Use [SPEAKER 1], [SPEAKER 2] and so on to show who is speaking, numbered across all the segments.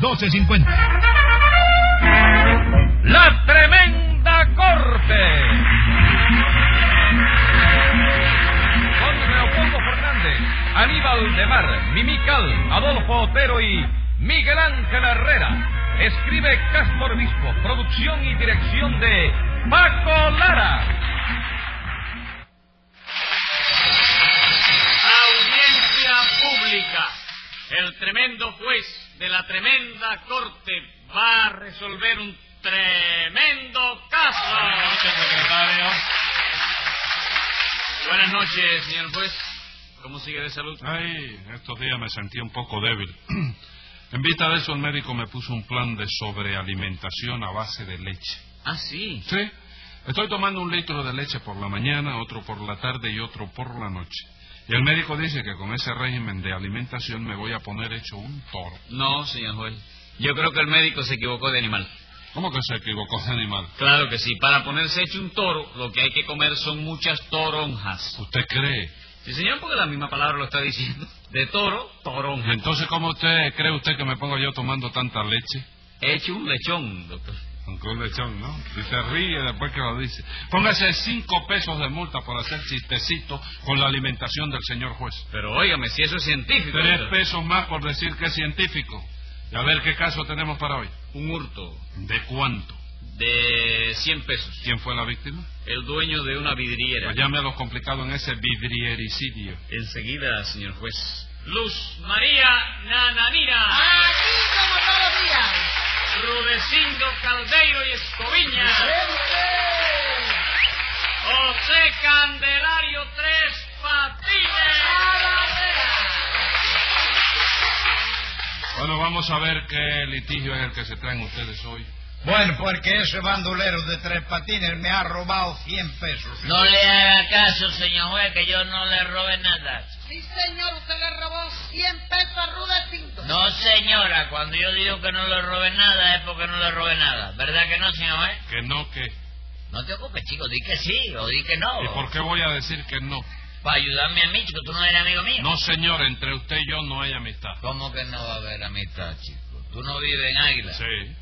[SPEAKER 1] 12.50.
[SPEAKER 2] La tremenda corte. Con Leopoldo Fernández, Aníbal de Mar, Mimical, Adolfo Otero y Miguel Ángel Herrera. Escribe Castro Bispo, producción y dirección de Paco Lara.
[SPEAKER 3] Audiencia pública. El tremendo juez de la tremenda corte va a resolver un tremendo caso. Buenas noches, secretario. Buenas noches, señor juez. ¿Cómo sigue de salud?
[SPEAKER 4] Ay, estos días me sentí un poco débil. En vista de eso, el médico me puso un plan de sobrealimentación a base de leche.
[SPEAKER 3] Ah, sí.
[SPEAKER 4] Sí, estoy tomando un litro de leche por la mañana, otro por la tarde y otro por la noche. Y el médico dice que con ese régimen de alimentación me voy a poner hecho un toro.
[SPEAKER 3] No, señor juez. Yo creo que el médico se equivocó de animal.
[SPEAKER 4] ¿Cómo que se equivocó de animal?
[SPEAKER 3] Claro que sí. Para ponerse hecho un toro, lo que hay que comer son muchas toronjas.
[SPEAKER 4] ¿Usted cree?
[SPEAKER 3] Sí, señor, porque la misma palabra lo está diciendo. De toro, toronja.
[SPEAKER 4] Entonces, ¿cómo usted cree usted que me pongo yo tomando tanta leche?
[SPEAKER 3] Hecho un lechón, doctor.
[SPEAKER 4] Con un lechón, ¿no? Y se ríe después que lo dice. Póngase cinco pesos de multa por hacer chistecito con la alimentación del señor juez.
[SPEAKER 3] Pero óigame, si eso es científico.
[SPEAKER 4] Tres
[SPEAKER 3] doctor.
[SPEAKER 4] pesos más por decir que es científico. Y a ver qué caso tenemos para hoy.
[SPEAKER 3] Un hurto
[SPEAKER 4] ¿De cuánto?
[SPEAKER 3] de 100 pesos.
[SPEAKER 4] ¿Quién fue la víctima?
[SPEAKER 3] El dueño de una vidriera.
[SPEAKER 4] Pues llame a los complicados en ese vidriericidio.
[SPEAKER 3] Enseguida, señor juez. Luz María Nananina.
[SPEAKER 5] Aquí como todos los días.
[SPEAKER 3] Rudecindo Caldeiro y Escoviña. José Candelario Tres Patines.
[SPEAKER 4] Bueno, vamos a ver qué litigio es el que se traen ustedes hoy.
[SPEAKER 1] Bueno, porque ese bandolero de tres patines me ha robado 100 pesos.
[SPEAKER 6] No le haga caso, señor juez, que yo no le robe nada.
[SPEAKER 5] Sí, señor, usted le robó 100 pesos a Rudecindo.
[SPEAKER 6] No, señora, cuando yo digo que no le robe nada es porque no le robe nada. ¿Verdad que no, señor juez?
[SPEAKER 4] Que no, que.
[SPEAKER 6] No te ocupes, chico, di que sí o di que no.
[SPEAKER 4] ¿Y por qué voy a decir que no?
[SPEAKER 6] Para ayudarme a mí, chico, tú no eres amigo mío.
[SPEAKER 4] No, señor, entre usted y yo no hay amistad.
[SPEAKER 6] ¿Cómo que no va a haber amistad, chico? Tú no vives en Águila.
[SPEAKER 4] Sí.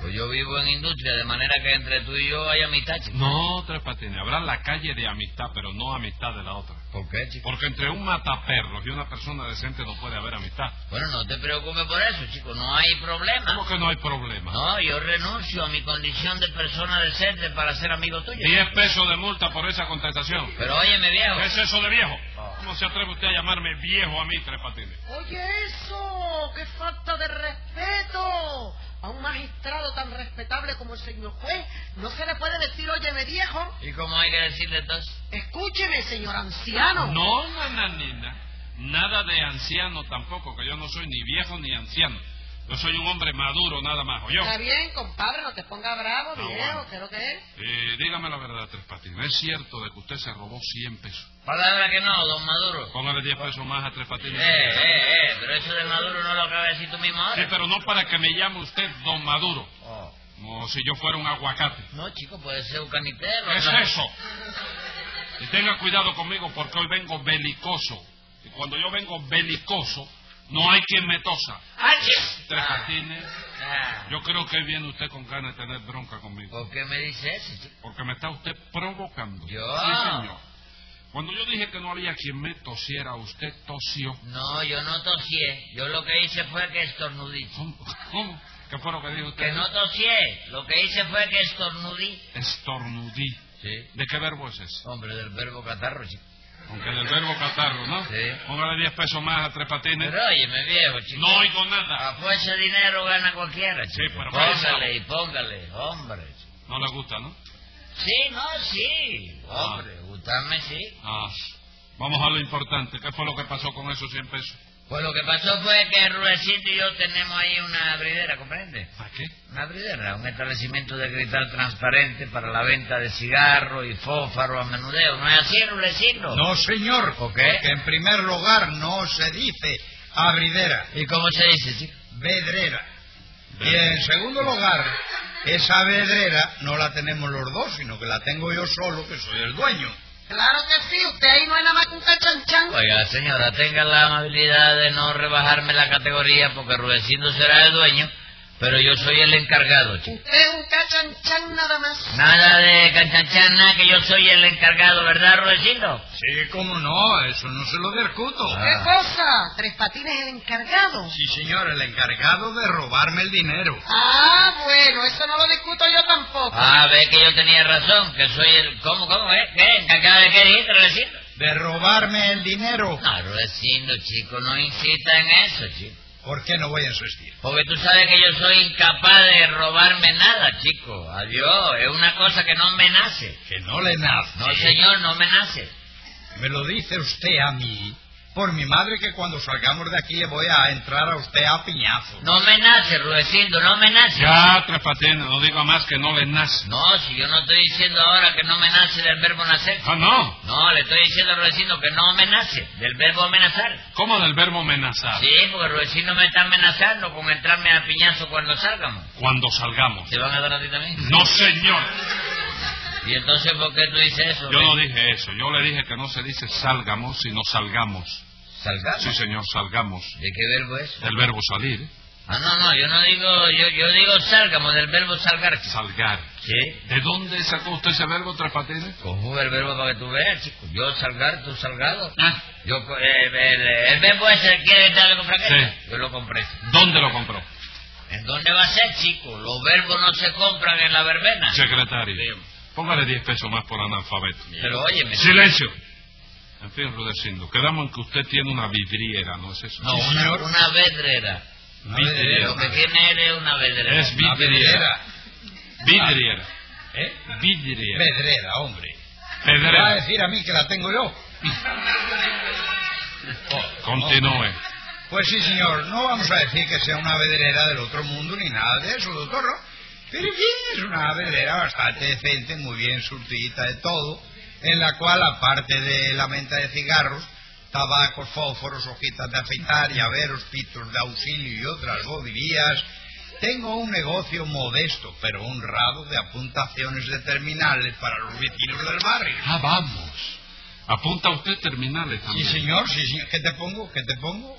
[SPEAKER 6] Pues yo vivo en industria, de manera que entre tú y yo hay amistad, chico.
[SPEAKER 4] No, Tres Patines. Habrá la calle de amistad, pero no amistad de la otra.
[SPEAKER 6] ¿Por qué, chico?
[SPEAKER 4] Porque entre un mataperros y una persona decente no puede haber amistad.
[SPEAKER 6] Bueno, no te preocupes por eso, chico, no hay problema.
[SPEAKER 4] ¿Cómo que no hay problema?
[SPEAKER 6] No, yo renuncio a mi condición de persona decente para ser amigo tuyo.
[SPEAKER 4] Diez pesos de multa por esa contestación.
[SPEAKER 6] Pero óyeme, viejo.
[SPEAKER 4] ¿Qué es eso de viejo? ¿Cómo se atreve usted a llamarme viejo a mí, Tres Patines?
[SPEAKER 5] Oye, eso, qué falta de respeto. A un magistrado tan respetable como el señor juez no se le puede decir, óyeme viejo.
[SPEAKER 6] ¿Y cómo hay que decirle entonces?
[SPEAKER 5] Escúcheme, señor anciano.
[SPEAKER 4] No, nananina. Nada de anciano tampoco, que yo no soy ni viejo ni anciano. Yo soy un hombre maduro nada más, ¿oyó?
[SPEAKER 5] Está bien, compadre, no te ponga bravo,
[SPEAKER 4] No,
[SPEAKER 5] viejo,
[SPEAKER 4] bueno.
[SPEAKER 5] ¿qué es lo que es?
[SPEAKER 4] Eh, dígame la verdad, Tres Patines. ¿Es cierto de que usted se robó 100 pesos?
[SPEAKER 6] Palabra que no, don Maduro.
[SPEAKER 4] Póngale 10 pesos más a Tres
[SPEAKER 6] Eh,
[SPEAKER 4] Patines.
[SPEAKER 6] eh, eh, pero eso de Maduro no lo acabas de decir tú mismo
[SPEAKER 4] Sí,
[SPEAKER 6] ahora.
[SPEAKER 4] pero no para que me llame usted Don Maduro,
[SPEAKER 6] Oh.
[SPEAKER 4] como si yo fuera un aguacate.
[SPEAKER 6] No, chico, puede ser un canitero.
[SPEAKER 4] ¿Qué es
[SPEAKER 6] ¿no?
[SPEAKER 4] eso? Y tenga cuidado conmigo porque hoy vengo belicoso. Y cuando yo vengo belicoso, no hay quien me tosa.
[SPEAKER 6] ¡Achis!
[SPEAKER 4] Tres
[SPEAKER 6] Ah,
[SPEAKER 4] Patines,
[SPEAKER 6] ah.
[SPEAKER 4] yo creo que hoy viene usted con ganas de tener bronca conmigo.
[SPEAKER 6] ¿Por qué me dice eso, chico?
[SPEAKER 4] Porque me está usted provocando.
[SPEAKER 6] ¿Yo?
[SPEAKER 4] Sí, señor. Cuando yo dije que no había quien me tosiera, usted tosió.
[SPEAKER 6] No, yo no tosié. Yo lo que hice fue que estornudí.
[SPEAKER 4] ¿Cómo? ¿Cómo? ¿Qué fue lo que dijo usted?
[SPEAKER 6] Que no tosié. Lo que hice fue que estornudí.
[SPEAKER 4] Estornudí.
[SPEAKER 6] Sí.
[SPEAKER 4] ¿De qué verbo es ese?
[SPEAKER 6] Hombre, del verbo catarro, chico.
[SPEAKER 4] Aunque del verbo catarro, ¿no?
[SPEAKER 6] Sí.
[SPEAKER 4] Póngale 10 pesos más a Tres Patines.
[SPEAKER 6] Pero óyeme, viejo, chico.
[SPEAKER 4] No oigo nada.
[SPEAKER 6] A fuerza de dinero gana cualquiera,
[SPEAKER 4] Sí,
[SPEAKER 6] chico.
[SPEAKER 4] pero
[SPEAKER 6] póngale y póngale, hombre.
[SPEAKER 4] No le gusta, ¿no?
[SPEAKER 6] Sí, no, sí. Hombre, gustarme sí.
[SPEAKER 4] Ah, vamos a lo importante. ¿Qué fue lo que pasó con esos 100 pesos?
[SPEAKER 6] Pues lo que pasó fue que Ruecito y yo tenemos ahí una abridera, ¿comprende?
[SPEAKER 4] ¿Para qué?
[SPEAKER 6] Una abridera, un establecimiento de cristal transparente para la venta de cigarros y fósforo a menudeo. ¿No es así, Rulecito?
[SPEAKER 1] No, señor.
[SPEAKER 6] ¿Por qué?
[SPEAKER 1] Porque en primer lugar no se dice abridera,
[SPEAKER 6] ¿Y cómo se dice, chico?
[SPEAKER 1] vedrera. Y en segundo lugar, esa vedrera no la tenemos los dos, sino que la tengo yo solo, que soy el dueño.
[SPEAKER 5] Claro que sí, usted ahí no es nada más que un cachanchan.
[SPEAKER 6] Oiga, señora, tenga la amabilidad de no rebajarme la categoría porque Rudecindo será el dueño Pero yo soy el encargado, chico.
[SPEAKER 5] Usted es un cachanchan nada más.
[SPEAKER 6] Nada de canchanchan, nada que yo soy el encargado, ¿verdad, Rudecindo?
[SPEAKER 1] Sí, cómo no, eso no se lo discuto.
[SPEAKER 4] Ah.
[SPEAKER 5] ¿Qué cosa? ¿Tres Patines es el encargado?
[SPEAKER 1] Ah. Sí, señor, el encargado de robarme el dinero.
[SPEAKER 5] Ah, bueno, eso no lo discuto yo tampoco.
[SPEAKER 6] Ah, ve que yo tenía razón, que soy el... ¿Cómo, cómo, eh? ¿Qué? ¿Encargado de qué dijiste, Rudecindo?
[SPEAKER 1] De robarme el dinero.
[SPEAKER 6] No, Rudecindo, chico, no incita en eso, chico.
[SPEAKER 1] ¿Por qué no voy a insistir?
[SPEAKER 6] Porque tú sabes que yo soy incapaz de robarme nada, chico. Adiós, es una cosa que no me nace.
[SPEAKER 1] Que no le nace.
[SPEAKER 6] No, señor, no me nace.
[SPEAKER 1] Me lo dice usted a mí. Por mi madre que cuando salgamos de aquí le voy a entrar a usted a piñazo.
[SPEAKER 6] No me nace, Rudecindo, no me nace.
[SPEAKER 4] Ya, Tres Patines, no diga más que no le nace.
[SPEAKER 6] No, si yo no estoy diciendo ahora que no me nace del verbo nacer.
[SPEAKER 4] Ah, no.
[SPEAKER 6] No, le estoy diciendo a Rudecindo que no me nace del verbo amenazar.
[SPEAKER 4] ¿Cómo del verbo amenazar?
[SPEAKER 6] Sí, porque Rudecindo me está amenazando con entrarme a piñazo cuando salgamos.
[SPEAKER 4] Cuando salgamos.
[SPEAKER 6] ¿Te van a dar a ti también?
[SPEAKER 4] No, señor.
[SPEAKER 6] ¿Y entonces por qué tú dices eso?
[SPEAKER 4] Yo
[SPEAKER 6] ve?
[SPEAKER 4] no dije eso. Yo le dije que no se dice salgamos, sino salgamos.
[SPEAKER 6] ¿Salgamos?
[SPEAKER 4] Sí, señor, salgamos.
[SPEAKER 6] ¿De qué verbo es?
[SPEAKER 4] Del verbo salir,
[SPEAKER 6] Ah, no, no, yo no digo, yo, yo digo salgamos del verbo salgar. chico.
[SPEAKER 4] salgar.
[SPEAKER 6] ¿Sí?
[SPEAKER 4] ¿De dónde sacó usted ese verbo, Tres Patines?
[SPEAKER 6] Conjuga el verbo para que tú veas, chico. Yo salgar, tú salgado.
[SPEAKER 4] Ah.
[SPEAKER 6] Yo, co- eh, el, el verbo ese quiere darle con fraqueza.
[SPEAKER 4] Sí.
[SPEAKER 6] Yo lo compré.
[SPEAKER 4] ¿Dónde lo compró?
[SPEAKER 6] ¿En dónde va a ser, chico? Los verbos no se compran en la verbena.
[SPEAKER 4] Secretario. Póngale 10 pesos más por analfabeto.
[SPEAKER 6] Pero óyeme.
[SPEAKER 4] ¡Silencio! En fin, Rudecindo, quedamos en que usted tiene una vidriera, ¿no es eso?
[SPEAKER 6] No,
[SPEAKER 1] Sí,
[SPEAKER 6] una,
[SPEAKER 1] señor.
[SPEAKER 6] una vedrera.
[SPEAKER 1] Una
[SPEAKER 6] Lo que tiene él es una vedrera.
[SPEAKER 4] Es
[SPEAKER 1] Una
[SPEAKER 4] vidriera.
[SPEAKER 1] pedrera.
[SPEAKER 4] Vidriera.
[SPEAKER 1] ¿Eh?
[SPEAKER 4] Vidriera.
[SPEAKER 1] Pedrera, hombre. ¿Me va a
[SPEAKER 4] Pedrera.
[SPEAKER 1] decir a mí que la tengo yo?
[SPEAKER 4] Continúe.
[SPEAKER 1] Pues sí, señor, no vamos a decir que sea una vedrera del otro mundo ni nada de eso, doctor, ¿no? Pero en fin, es una vedrera bastante decente, muy bien surtidita de todo, en la cual, aparte de la menta de cigarros, tabacos, fósforos, hojitas de afeitar, llaveros, pitos de auxilio y otras bobirías, tengo un negocio modesto, pero honrado, de apuntaciones de terminales para los vecinos del barrio.
[SPEAKER 4] Ah, vamos. Apunta usted terminales
[SPEAKER 1] Sí,
[SPEAKER 4] también.
[SPEAKER 1] señor, sí, señor. ¿Qué te pongo? ¿Qué te pongo?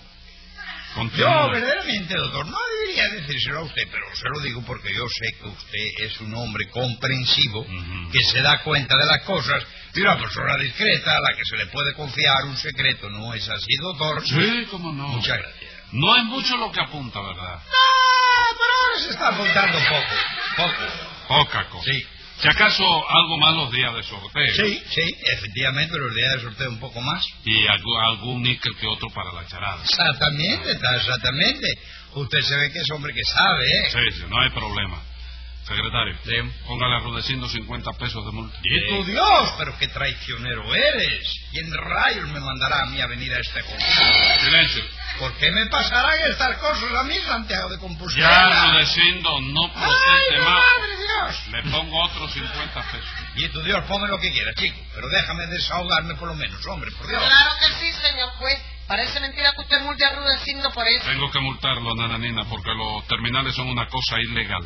[SPEAKER 1] Yo,
[SPEAKER 4] Continúe.
[SPEAKER 1] verdaderamente, doctor, no debería decírselo a usted, pero se lo digo porque yo sé que usted es un hombre comprensivo
[SPEAKER 4] Ujú.
[SPEAKER 1] que se da cuenta de las cosas y una persona discreta a la que se le puede confiar un secreto. ¿No es así, doctor?
[SPEAKER 4] Sí, cómo no.
[SPEAKER 1] Muchas gracias.
[SPEAKER 4] No es mucho lo que apunta, ¿verdad?
[SPEAKER 1] Ah, pero ahora se está apuntando poco. Poco.
[SPEAKER 4] Poca cosa.
[SPEAKER 1] Sí.
[SPEAKER 4] Si acaso algo más los días de sorteo.
[SPEAKER 1] Sí, sí, efectivamente, los días de sorteo un poco más.
[SPEAKER 4] Y algo- algún níquel que otro para la charada.
[SPEAKER 1] Exactamente, está exactamente. Usted se ve que es hombre que sabe, ¿eh?
[SPEAKER 4] Sí, sí, no hay problema. Secretario, póngale a Rudecindo 50 pesos de multa.
[SPEAKER 1] Y tu Dios, Eh, pero qué traicionero eres. ¿Quién rayos me mandará a mí a venir a este concurso?
[SPEAKER 4] Silencio.
[SPEAKER 1] ¿Por qué me pasarán estas cosas a mí, Santiago de
[SPEAKER 4] Ya,
[SPEAKER 1] Compostela?
[SPEAKER 4] Rudecindo, no
[SPEAKER 1] ¡Ay,
[SPEAKER 4] proteste
[SPEAKER 1] no,
[SPEAKER 4] este más.
[SPEAKER 1] madre Dios!
[SPEAKER 4] Le pongo otros 50 pesos.
[SPEAKER 1] Y tu Dios, ponme lo que quieras, chico, pero déjame desahogarme por lo menos, hombre, por Dios.
[SPEAKER 5] Claro que sí, señor juez. Parece mentira que usted multe arrudeciendo por eso.
[SPEAKER 4] Tengo que multarlo, nananina, porque los terminales son una cosa ilegal.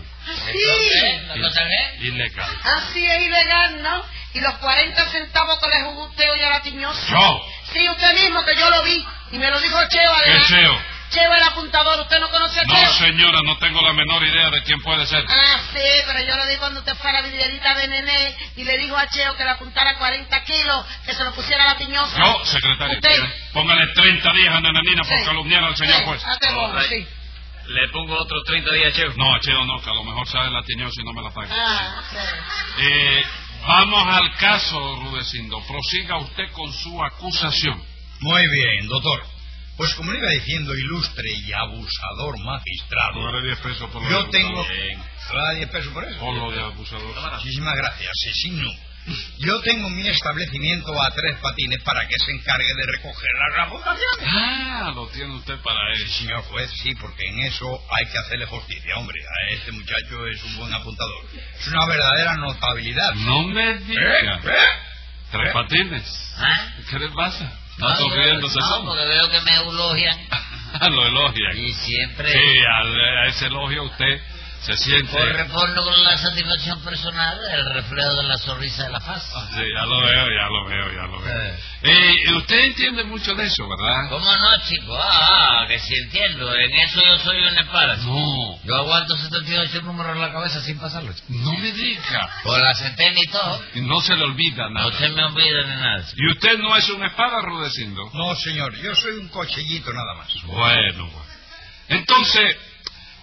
[SPEAKER 5] ¡Así!
[SPEAKER 6] ¿No lo sabes?
[SPEAKER 4] Ilegal.
[SPEAKER 5] Así es ilegal, ¿no? Y los 40 centavos que le jugó usted hoy a la tiñosa.
[SPEAKER 4] ¡Yo!
[SPEAKER 5] Sí, usted mismo, que yo lo vi. Y me lo dijo Cheva.
[SPEAKER 4] ¿Qué
[SPEAKER 5] además.
[SPEAKER 4] Cheo?
[SPEAKER 5] Cheva el apuntador. ¿Usted no conoce a
[SPEAKER 4] No,
[SPEAKER 5] Cheva?
[SPEAKER 4] señora, no tengo la menor idea de quién puede ser.
[SPEAKER 5] Ah, sí, pero yo lo vi cuando usted fue a la vidrierita de Nené y le dijo a Cheo que le apuntara 40 kilos, que se lo pusiera a la tiñosa.
[SPEAKER 4] Yo, secretario, ¿eh?
[SPEAKER 5] Usted.
[SPEAKER 4] póngale 30 días a Nananina por
[SPEAKER 5] Sí.
[SPEAKER 4] calumniar al señor
[SPEAKER 5] Sí,
[SPEAKER 4] juez.
[SPEAKER 5] hazte bobo,
[SPEAKER 3] Ay.
[SPEAKER 5] sí.
[SPEAKER 3] Le pongo otros 30 días, Cheo.
[SPEAKER 4] No, Cheo no, que a lo mejor sale la tiñosa y no me la paga.
[SPEAKER 5] Ah, sí.
[SPEAKER 4] Eh, vamos al caso, Rudecindo. Prosiga usted con su acusación.
[SPEAKER 1] Muy bien, doctor. Pues como le iba diciendo, ilustre y abusador magistrado,
[SPEAKER 4] Cobraré 10 pesos por
[SPEAKER 1] yo tengo...
[SPEAKER 3] Bien.
[SPEAKER 1] Ah, 10 pesos por eso?
[SPEAKER 4] Por lo de abusador.
[SPEAKER 1] Muchísimas gracias, asesino. Yo tengo mi establecimiento a tres patines para que se encargue de recoger las apuntaciones.
[SPEAKER 4] Ah, lo tiene usted para
[SPEAKER 1] Sí,
[SPEAKER 4] eso.
[SPEAKER 1] señor juez, sí, porque en eso hay que hacerle justicia, hombre. A este muchacho es un buen apuntador. Es una verdadera notabilidad.
[SPEAKER 4] No me diga.
[SPEAKER 1] ¿Eh? ¿Eh?
[SPEAKER 4] Tres patines.
[SPEAKER 6] ¿Ah?
[SPEAKER 4] ¿Qué le pasa?
[SPEAKER 6] No,
[SPEAKER 4] Está sonriéndose
[SPEAKER 6] no,
[SPEAKER 4] solo.
[SPEAKER 6] porque veo que me elogian.
[SPEAKER 4] lo elogia.
[SPEAKER 6] Y siempre...
[SPEAKER 4] Sí, al- a ese elogio usted Se siente.
[SPEAKER 6] Correspondo con la satisfacción personal el reflejo de la sonrisa de la faz.
[SPEAKER 4] Sí, ya lo veo, ya lo veo, ya lo veo.
[SPEAKER 6] Eh.
[SPEAKER 4] Eh, usted entiende mucho de eso, ¿verdad?
[SPEAKER 6] ¿Cómo no, chico? Ah, ah, que si entiendo. En eso yo soy un espárrago.
[SPEAKER 4] No,
[SPEAKER 6] Yo aguanto 78 números en la cabeza sin pasarlos.
[SPEAKER 4] no me diga.
[SPEAKER 6] Por la centena y todo.
[SPEAKER 4] Y No se le olvida
[SPEAKER 6] No
[SPEAKER 4] nada.
[SPEAKER 6] se me olvida ni nada. chico.
[SPEAKER 4] ¿Y usted no es un espárrago, Rudecindo?
[SPEAKER 1] No, señor, yo soy un cochellito nada más.
[SPEAKER 4] Bueno, bueno. Entonces,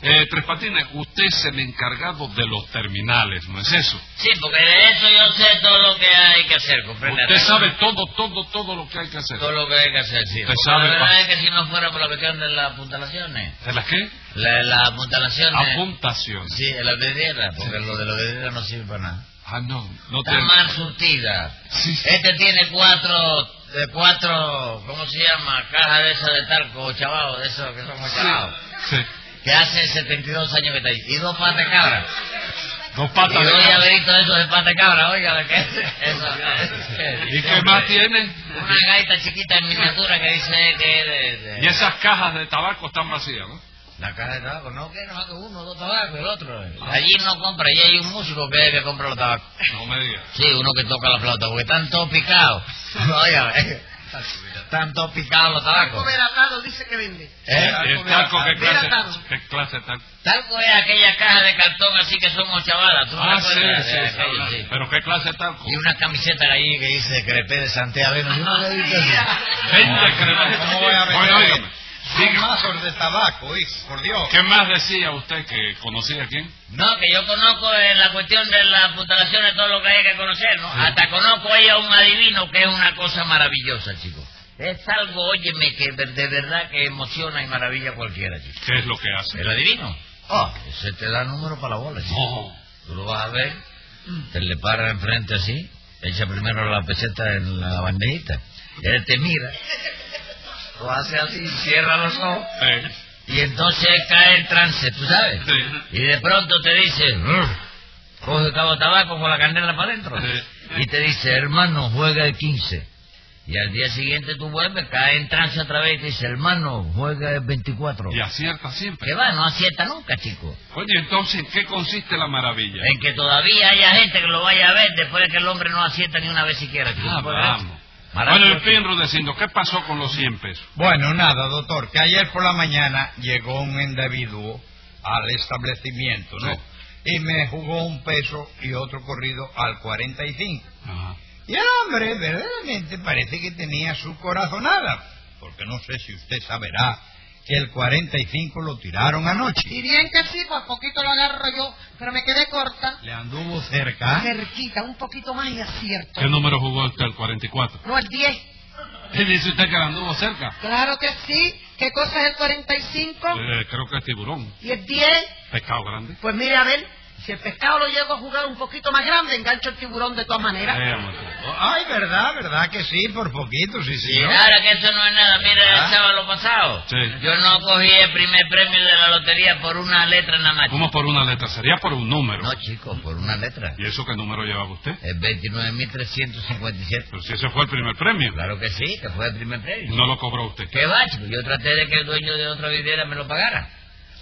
[SPEAKER 4] eh, Tres Patines, usted es el encargado de los terminales, ¿no es eso?
[SPEAKER 6] Sí, porque de eso yo sé todo lo que hay que hacer, comprende.
[SPEAKER 4] Usted sabe todo, todo, todo lo que hay que hacer.
[SPEAKER 6] todo lo que hay que hacer, sí.
[SPEAKER 4] Usted
[SPEAKER 6] Porque
[SPEAKER 4] sabe,
[SPEAKER 6] La
[SPEAKER 4] pa-
[SPEAKER 6] verdad es que si no fuera por la cuestión de las apuntalaciones,
[SPEAKER 4] ¿De las qué?
[SPEAKER 6] la- las apuntalaciones...
[SPEAKER 4] Apuntaciones.
[SPEAKER 6] Sí, el obedieras, porque lo de la obedieras no sirve para nada.
[SPEAKER 4] Ah, no, no
[SPEAKER 6] Está
[SPEAKER 4] te...
[SPEAKER 6] mal surtida.
[SPEAKER 4] Sí, sí.
[SPEAKER 6] Este tiene cuatro, eh, cuatro, ¿cómo se llama? Caja de esas de talco o chavao, de esos que son muy chavaos.
[SPEAKER 4] Sí.
[SPEAKER 6] Que hace 72 años que está ahí. Y dos patas de cabra.
[SPEAKER 4] Dos
[SPEAKER 6] Y
[SPEAKER 4] patas de
[SPEAKER 6] dos
[SPEAKER 4] cabra.
[SPEAKER 6] llaveritos de esos de patas de cabra, oiga, ¿de qué? Eso.
[SPEAKER 4] ¿Y qué más tiene?
[SPEAKER 6] Una gaita chiquita en miniatura que dice que es de... de-
[SPEAKER 4] Y esas cajas de tabaco están vacías, ¿no?
[SPEAKER 6] La caja de tabaco, no, que no hace uno, dos tabacos, el otro.
[SPEAKER 4] Ah.
[SPEAKER 6] Allí no compra, allí hay un músico que es el que compra los tabacos.
[SPEAKER 4] No me diga.
[SPEAKER 6] Sí, uno que toca la flauta, porque están todos picados. Oiga, eh, están todos picados los
[SPEAKER 5] Paco
[SPEAKER 6] tabacos.
[SPEAKER 5] Beratado dice que vende.
[SPEAKER 6] ¿Eh?
[SPEAKER 4] ¿Y el talco qué
[SPEAKER 5] Mira,
[SPEAKER 4] clase?
[SPEAKER 5] Tano.
[SPEAKER 4] ¿Qué clase de talco?
[SPEAKER 6] Talco es aquella caja de cartón así que son mochavadas, ¿tú no
[SPEAKER 4] Ah, sí,
[SPEAKER 6] recuerdas?
[SPEAKER 4] sí,
[SPEAKER 6] Eh,
[SPEAKER 4] sí,
[SPEAKER 6] aquello,
[SPEAKER 4] sí.
[SPEAKER 6] sí.
[SPEAKER 4] ¿Pero qué clase de talco?
[SPEAKER 6] Y una camiseta allí que dice Crepé de Santiago. ¿no? Yo no lo he visto eso.
[SPEAKER 4] Ah, Veinte cremas.
[SPEAKER 1] ¿Cómo voy a
[SPEAKER 4] Bueno,
[SPEAKER 1] vender?
[SPEAKER 4] óigame.
[SPEAKER 1] Son mazos de tabaco, hijo, por Dios.
[SPEAKER 4] ¿Qué más decía usted que conocía a quién?
[SPEAKER 6] No, que yo conozco eh, la cuestión de las apuntalaciones, todo lo que hay que conocer, ¿no? Hasta conozco ahí a un adivino que es una cosa maravillosa, chicos. Es algo, óyeme, que de, de verdad que emociona y maravilla a cualquiera, chico.
[SPEAKER 4] ¿Qué es lo que hace?
[SPEAKER 6] ¿El adivino?
[SPEAKER 1] Ah.
[SPEAKER 6] Pues Se te da número para la bola, chico.
[SPEAKER 4] No.
[SPEAKER 6] Tú lo vas a ver, te le para enfrente así, echa primero la peseta en la bandejita, él te mira, lo hace así, cierra los ojos,
[SPEAKER 4] Eh,
[SPEAKER 6] y entonces cae en trance, ¿tú sabes?
[SPEAKER 4] Sí.
[SPEAKER 6] Y de pronto te dice, "Ur", coge el cabo de tabaco con la candela para adentro,
[SPEAKER 4] Sí.
[SPEAKER 6] y te dice, hermano, juega el 15. Y al día siguiente tú vuelves, cae en trance otra vez y te dice, hermano, juega el 24.
[SPEAKER 4] y acierta siempre.
[SPEAKER 6] Que va, no acierta nunca, chico.
[SPEAKER 4] Oye, entonces, ¿en qué consiste la maravilla?
[SPEAKER 6] En que todavía haya gente que lo vaya a ver después de que el hombre no acierta ni una vez siquiera. chico.
[SPEAKER 4] Ah,
[SPEAKER 6] ¿Puede
[SPEAKER 4] vamos.
[SPEAKER 6] ser?
[SPEAKER 4] Bueno,
[SPEAKER 6] Maravilloso.
[SPEAKER 4] en fin, Rudecindo, ¿qué pasó con los 100 pesos?
[SPEAKER 1] Bueno, nada, doctor, que ayer por la mañana llegó un individuo al establecimiento, ¿no?
[SPEAKER 4] Sí.
[SPEAKER 1] Y me jugó un peso y otro corrido al 45.
[SPEAKER 4] Ajá.
[SPEAKER 1] Y el hombre verdaderamente parece que tenía su corazonada, porque no sé si usted saberá que el 45 lo tiraron
[SPEAKER 5] Y
[SPEAKER 1] anoche.
[SPEAKER 5] bien que sí, pues poquito lo agarro yo, pero me quedé corta.
[SPEAKER 1] Le anduvo cerca.
[SPEAKER 5] Cerquita, un poquito más y acierto.
[SPEAKER 4] ¿Qué número jugó usted el 44?
[SPEAKER 5] No, el 10.
[SPEAKER 4] ¿Y dice usted que la anduvo cerca?
[SPEAKER 5] Claro que sí. ¿Qué cosa es el 45?
[SPEAKER 4] Eh, creo que es tiburón.
[SPEAKER 5] ¿Y el 10?
[SPEAKER 4] Pescado grande.
[SPEAKER 5] Pues mire, a ver, si el pescado lo llego a jugar un poquito más grande, engancho el tiburón de todas maneras.
[SPEAKER 4] Eh, amor.
[SPEAKER 1] Ay, verdad, verdad que sí, por poquito, sí,
[SPEAKER 6] Sí,
[SPEAKER 1] sí.
[SPEAKER 6] claro que eso no es nada. Mira,
[SPEAKER 1] Ah.
[SPEAKER 6] el sábado pasado.
[SPEAKER 4] Sí.
[SPEAKER 6] Yo no cogí el primer premio de la lotería por una letra nada más.
[SPEAKER 4] ¿Cómo por una letra? Sería por un número.
[SPEAKER 6] No, chico, por una letra.
[SPEAKER 4] ¿Y eso qué número llevaba usted?
[SPEAKER 6] Es 29.357.
[SPEAKER 4] Pero si ese fue el primer premio,
[SPEAKER 6] Claro que sí, que fue el primer premio.
[SPEAKER 4] no lo cobró usted.
[SPEAKER 6] ¿Qué va, chico? Yo traté de que el dueño de otra vidriera me lo pagara.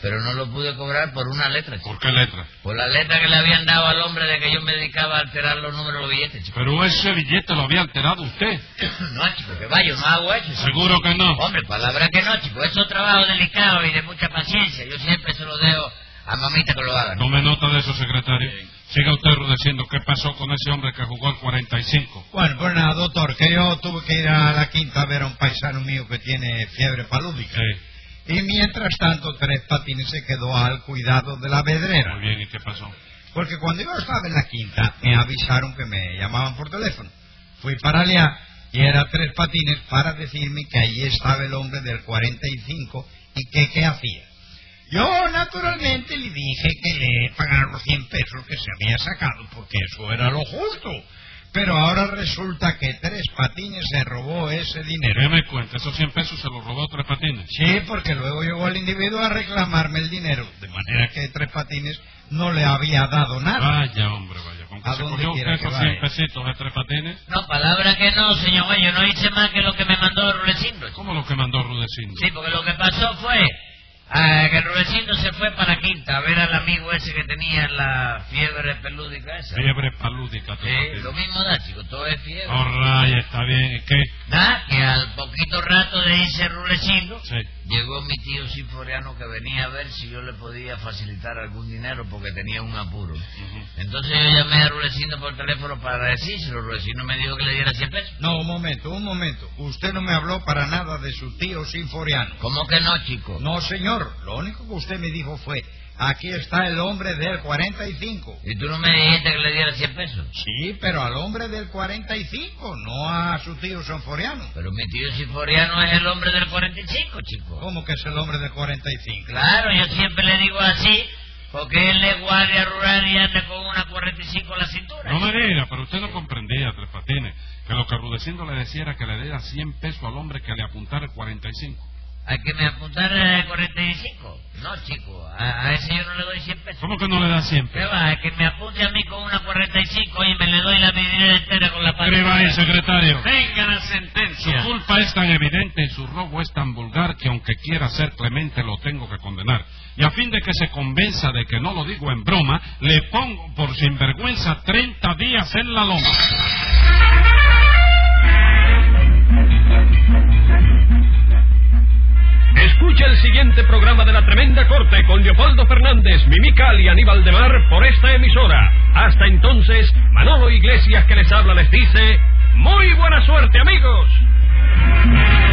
[SPEAKER 6] Pero no lo pude cobrar por una letra, chico.
[SPEAKER 4] ¿Por qué letra?
[SPEAKER 6] Por la letra que le habían dado al hombre de que yo me dedicaba a alterar los números de los billetes, chico.
[SPEAKER 4] Pero ese billete lo había alterado usted.
[SPEAKER 6] No, chico, que vaya, no hago eso. chico.
[SPEAKER 4] Seguro que no.
[SPEAKER 6] Hombre, palabra que no, chico. Es un trabajo delicado y de mucha paciencia. Yo siempre se lo dejo a mamita que lo haga. ¿no?
[SPEAKER 4] Tome nota de eso, secretario. Siga usted rudeciendo qué pasó con ese hombre que jugó al 45.
[SPEAKER 1] Bueno, pues nada, doctor, que yo tuve que ir a la quinta a ver a un paisano mío que tiene fiebre palúdica.
[SPEAKER 4] Sí,
[SPEAKER 1] Y mientras tanto, Tres Patines se quedó al cuidado de la
[SPEAKER 4] muy
[SPEAKER 1] vedrera.
[SPEAKER 4] bien, ¿y qué pasó?
[SPEAKER 1] Porque cuando yo estaba en la quinta, me avisaron que me llamaban por teléfono. Fui para allá y era Tres Patines para decirme que allí estaba el hombre del 45 y que qué hacía. Yo, naturalmente, le dije que le pagaron los 100 pesos que se había sacado, porque eso era lo justo. Pero ahora resulta que Tres Patines se robó ese dinero.
[SPEAKER 4] Déjeme cuenta, esos 100 pesos se los robó Tres Patines.
[SPEAKER 1] Sí, porque luego llegó el individuo a reclamarme el dinero, de manera que Tres Patines no le había dado nada.
[SPEAKER 4] Vaya, hombre, vaya. ¿Con que
[SPEAKER 1] ¿A
[SPEAKER 4] se
[SPEAKER 1] dónde
[SPEAKER 4] cogió usted
[SPEAKER 1] quiere que
[SPEAKER 4] esos
[SPEAKER 1] vaya?
[SPEAKER 4] 100 pesitos de Tres Patines?
[SPEAKER 6] No, palabra que no, señor juez. Yo no hice más que lo que me mandó Rulecindo. chico.
[SPEAKER 4] ¿Cómo lo que mandó Rudecindo?
[SPEAKER 6] Sí, porque lo que pasó fue... Ah, que Rudecindo se fue para Quinta a ver al amigo ese que tenía la fiebre pelúdica esa.
[SPEAKER 7] Fiebre palúdica. tú
[SPEAKER 6] Sí,
[SPEAKER 7] no
[SPEAKER 6] lo
[SPEAKER 7] tienes.
[SPEAKER 6] mismo da, chico, todo es fiebre.
[SPEAKER 7] All right, está bien. ¿Y qué?
[SPEAKER 6] Da que al poquito rato de irse Rudecindo,
[SPEAKER 7] Sí.
[SPEAKER 6] llegó mi tío Sinforiano que venía a ver si yo le podía facilitar algún dinero porque tenía un apuro. Entonces yo llamé a Rudecindo por teléfono para decírselo. Rudecindo me dijo que le diera 100 pesos.
[SPEAKER 1] No, un momento, un momento. Usted no me habló para nada de su tío Sinforiano.
[SPEAKER 6] ¿Cómo que no, chico?
[SPEAKER 1] No, señor. Lo único que usted me dijo fue, aquí está el hombre del 45.
[SPEAKER 6] ¿Y tú no me dijiste que le diera 100 pesos?
[SPEAKER 1] Sí, pero al hombre del 45, no a su tío Sinforiano.
[SPEAKER 6] Pero mi tío Sinforiano es el hombre del 45, chico.
[SPEAKER 1] ¿Cómo que es el hombre del 45?
[SPEAKER 6] Claro, yo siempre le digo así, porque él es guardia rural y anda con una 45 en la cintura.
[SPEAKER 4] No me diga, pero usted no comprendía, Tres Patines, que lo que Rudecindo le decía era que le diera 100 pesos al hombre que le apuntara el 45.
[SPEAKER 6] Hay que me apuntara el 45. No, chico, a, a ese yo no le doy 100 pesos.
[SPEAKER 4] ¿Cómo que no le da 100
[SPEAKER 6] ¿Qué
[SPEAKER 4] pesos?
[SPEAKER 6] va? A que me apunte a mí con una 45 y me le doy la medida entera con la
[SPEAKER 4] Escriba ahí,
[SPEAKER 6] patita.
[SPEAKER 4] secretario.
[SPEAKER 3] Venga la
[SPEAKER 4] Su
[SPEAKER 3] sentencia.
[SPEAKER 4] culpa es tan evidente y su robo es tan vulgar que aunque quiera ser clemente lo tengo que condenar. Y a fin de que se convenza de que no lo digo en broma, le pongo por sinvergüenza 30 días en la loma.
[SPEAKER 2] Escucha el siguiente programa de La Tremenda Corte con Leopoldo Fernández, Mimical y Aníbal de Mar por esta emisora. Hasta entonces, Manolo Iglesias que les habla les dice, ¡Muy buena suerte amigos!